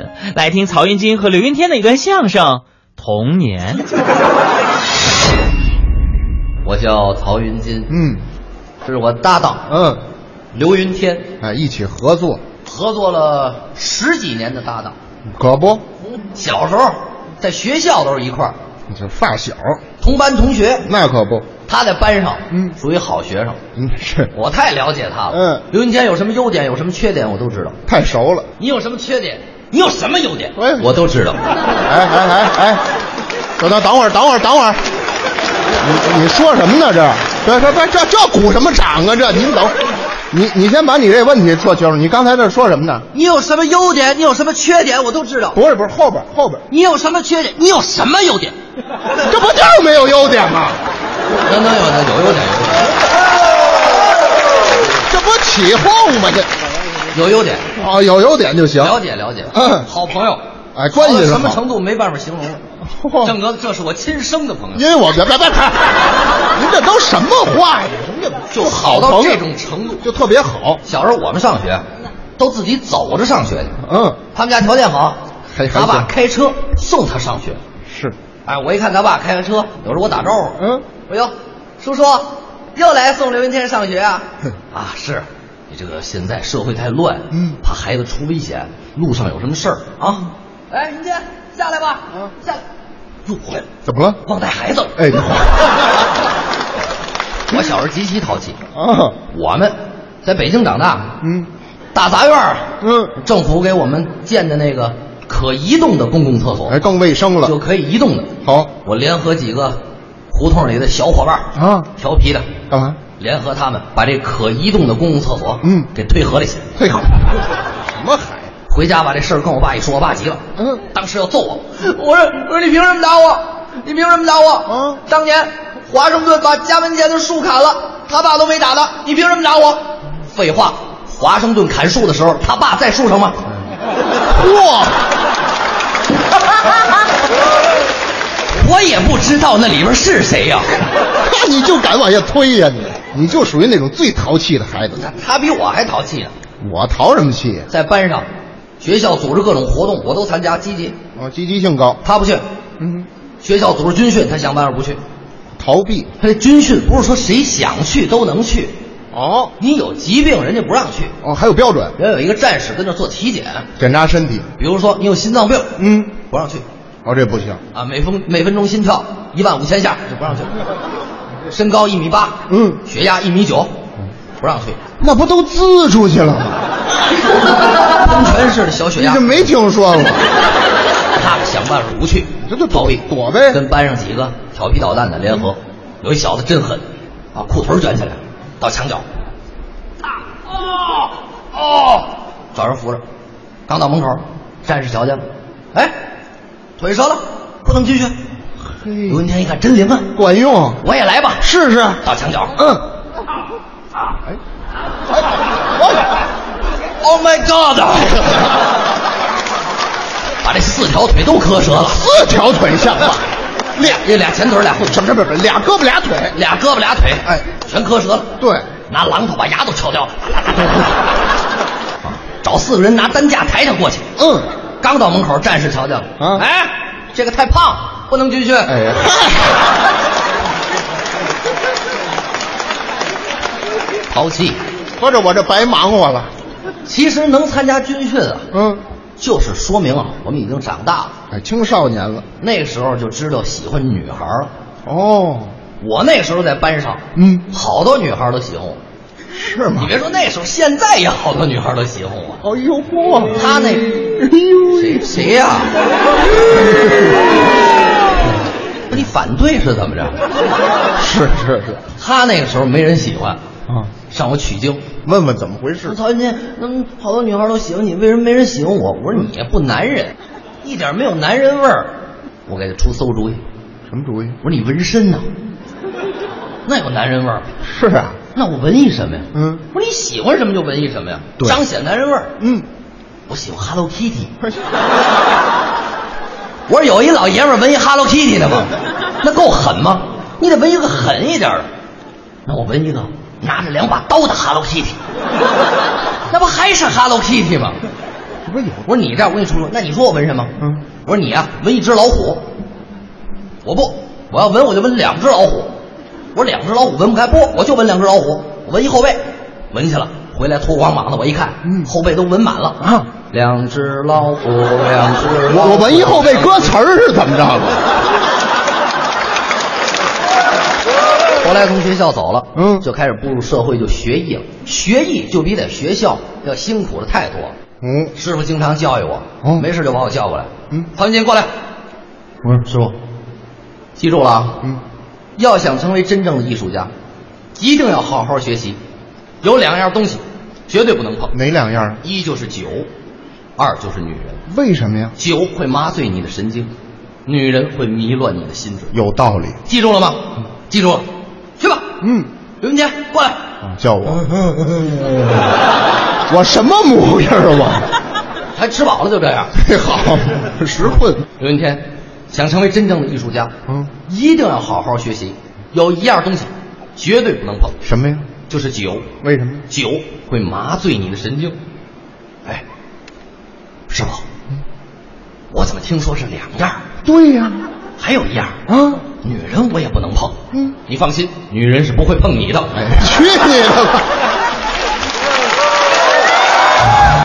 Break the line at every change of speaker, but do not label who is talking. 来听曹云金和刘云天的一段相声《童年》。
我叫曹云金，
嗯
这是我搭档
嗯，
刘云天，
哎，一起合作，
合作了十几年的搭档。
可不，
小时候在学校都是一块儿，
这发小，
同班同学。
那可不，
他在班上，
嗯
属于好学生。
嗯，是
我太了解他了。
嗯
刘云天有什么优点，有什么缺点，我都知道。
太熟了。
你有什么缺点？你有什么优点
喂？
我都知道。
哎哎哎哎，等等，等会儿，等会儿，等会儿。你你说什么呢？这这这这这这鼓什么掌啊？这您等，你你先把你这问题说清楚。你刚才这说什么呢？
你有什么优点？你有什么缺点？我都知道。
不是不是，后边后边，
你有什么缺点？你有什么优点？
这不 就是没有优点吗？
能能有的有优点，
这不起哄吗？这
有优点，
哦，有优点就行。
有优点，了解了解。
嗯
好朋友，
哎，关系
好哦
是
到什
好哦
么程度没办法形容 了。
嚯
郑哥，这是我亲生的朋友，
因为我别别别看，您这都什么话呀？什么叫
就好到这种程度。
就特别好？
小时候我们上学，都自己走着上学去。
嗯，
他们家条件好
还，还
他爸
行
开车送他上学。
是，
哎，我一看他爸开完车，有时候我打招呼，
嗯，
哎呦，叔叔，又来送刘云天上学啊？啊，是，你这个现在社会太乱，
嗯
怕孩子出危险，路上有什么事儿啊？哎，云天，下来吧，
嗯
下来，哟，喂
怎么了？
忘带孩子了，
哎
我小时候极其淘气，
啊，
我们在北京长大，
嗯
大杂院儿，
嗯，
政府给我们建的那个可移动的公共厕所
哎，，更卫生
就
了。
可以移动的。
好
我联合几个胡同里的小伙伴儿
啊
调皮的，
干嘛？
联合他们把这可移动的公共厕所，
嗯
给推河里去。
嘿， 什么海？
回家把这事儿跟我爸一说，我爸急了，
嗯
当时要揍我。我说我说你凭什么打我？你凭什么打我？
嗯
当年华盛顿把家门前的树砍了，他爸都没打他，你凭什么打我？废话，华盛顿砍树的时候，他爸在树上吗？
嚯，
我也不知道那里边是谁呀、
那你就敢往下推呀、你？你就属于那种最淘气的孩子。
他比我还淘气呢。
我淘什么气呀、
在班上，学校组织各种活动，我都参加，积极。
我积极性高。
他不去，
嗯，
学校组织军训，他想办法不去。
逃避。
他这军训不是说谁想去都能去，
哦
你有疾病人家不让去。
哦，还有标准，
人有一个战士跟那做体检，
检查身体。
比如说你有心脏病，
嗯，
不让去
哦，这不行。
啊，每分每分钟心跳一万五千下就不让去。身高一米八，
嗯
血压一米九，不让 去。
那不都滋出去了吗？
喷泉式的小血
你
压
这，没听说
他
过？
想办法不去，
这就
逃
躲
避
躲呗。
跟班上几个调皮捣蛋的联合，有一小子真狠，把裤腿卷起来，到墙角，啊哦哦，找人扶着，刚到门口，战士瞧见了，哎，腿折了，不能继续。
嘿
刘云天一看真灵 啊，
管用，
我也来吧，
试试。
到墙角，
嗯。
，Oh my God，把这四条腿都磕折了，
四条腿像话，
俩这俩前腿俩后
什
腿，
么什么什么，俩胳膊俩腿。
俩胳膊俩腿，
哎
全磕折了。
对，
拿榔头把牙都敲掉 了。找四个人拿担架抬他过去。
嗯，
刚到门口，战士瞧见了，
啊
哎，这个太胖，不能军训。
哎呀
淘气。
合着我这白忙活了。
其实能参加军训啊，
嗯，
就是说明啊，我们已经长大了。
哎，青少年了。
那个时候就知道喜欢女孩儿。
哦，
我那时候在班上，
嗯，
好多女孩儿都喜欢我。
是
你
吗？
别说那时候，现在也好多女孩儿都喜欢我。
哎呦嚯，哎
他那谁谁呀、不你反对是怎么着？
是是是。
他那个时候没人喜欢，
啊，
上我取经。
问问怎么回事
说？曹云金，嗯，好多女孩都喜欢你，为什么没人喜欢我？我说你也不男人，一点没有男人味儿。我给他出馊主意，
什么主意？
我说你纹身呢、那有男人味儿？
是啊，
那我文艺什么呀？
嗯
我说你喜欢什么就文艺什么呀，
对
彰显男人味儿。
嗯，
我喜欢 Hello Kitty。我说有一老爷们儿纹一 Hello Kitty 的吗？那够狠吗？你得纹一个狠一点儿的。那我纹一个拿着两把刀的 Hello Kitty，那不还是 Hello Kitty 吗？
这不是有
我说你这样，我跟你说说，那你说我纹什么？
嗯，
我说你啊，纹一只老虎。我不，我要纹我就纹两只老虎。我说两只老虎纹不开，不，我就纹两只老虎，我纹一后背，纹去了。回来脱光膀子，我一看，
嗯
后背都纹满了
啊！
两只老虎，两只老虎
我我闻一后背歌词儿啊是怎么着的？
后来从学校走了，
嗯
就开始步入社会，就学艺了。学艺就比在学校要辛苦的太多了。
嗯，
师傅经常教育我，
哦
没事就把我叫过来，
嗯
曹云金过来，
我说师傅，
记住了啊，
嗯，
要想成为真正的艺术家，一定要好好学习。有两样东西绝对不能碰，
哪两样儿？
一就是酒，二就是女人。
为什么呀？
酒会麻醉你的神经，女人会迷乱你的心智。
有道理。
记住了吗？记住了，去吧。
嗯，
刘云杰，过 来。
叫我，我什么模样儿啊
还吃饱了就这样。
我？嘿 好，时困。
刘云天，想成为真正的艺术家，
嗯，
一定要好好学习。有一样东西绝对不能碰，
什么呀？
就是酒。
为什么呀？
酒会麻醉你的神经。哎，师傅，
嗯
我怎么听说是两样儿？
对呀、
还有一样儿，
啊，
女人我也不能碰。
嗯，
你放心，女人是不会碰你的。
哎，去你的吧！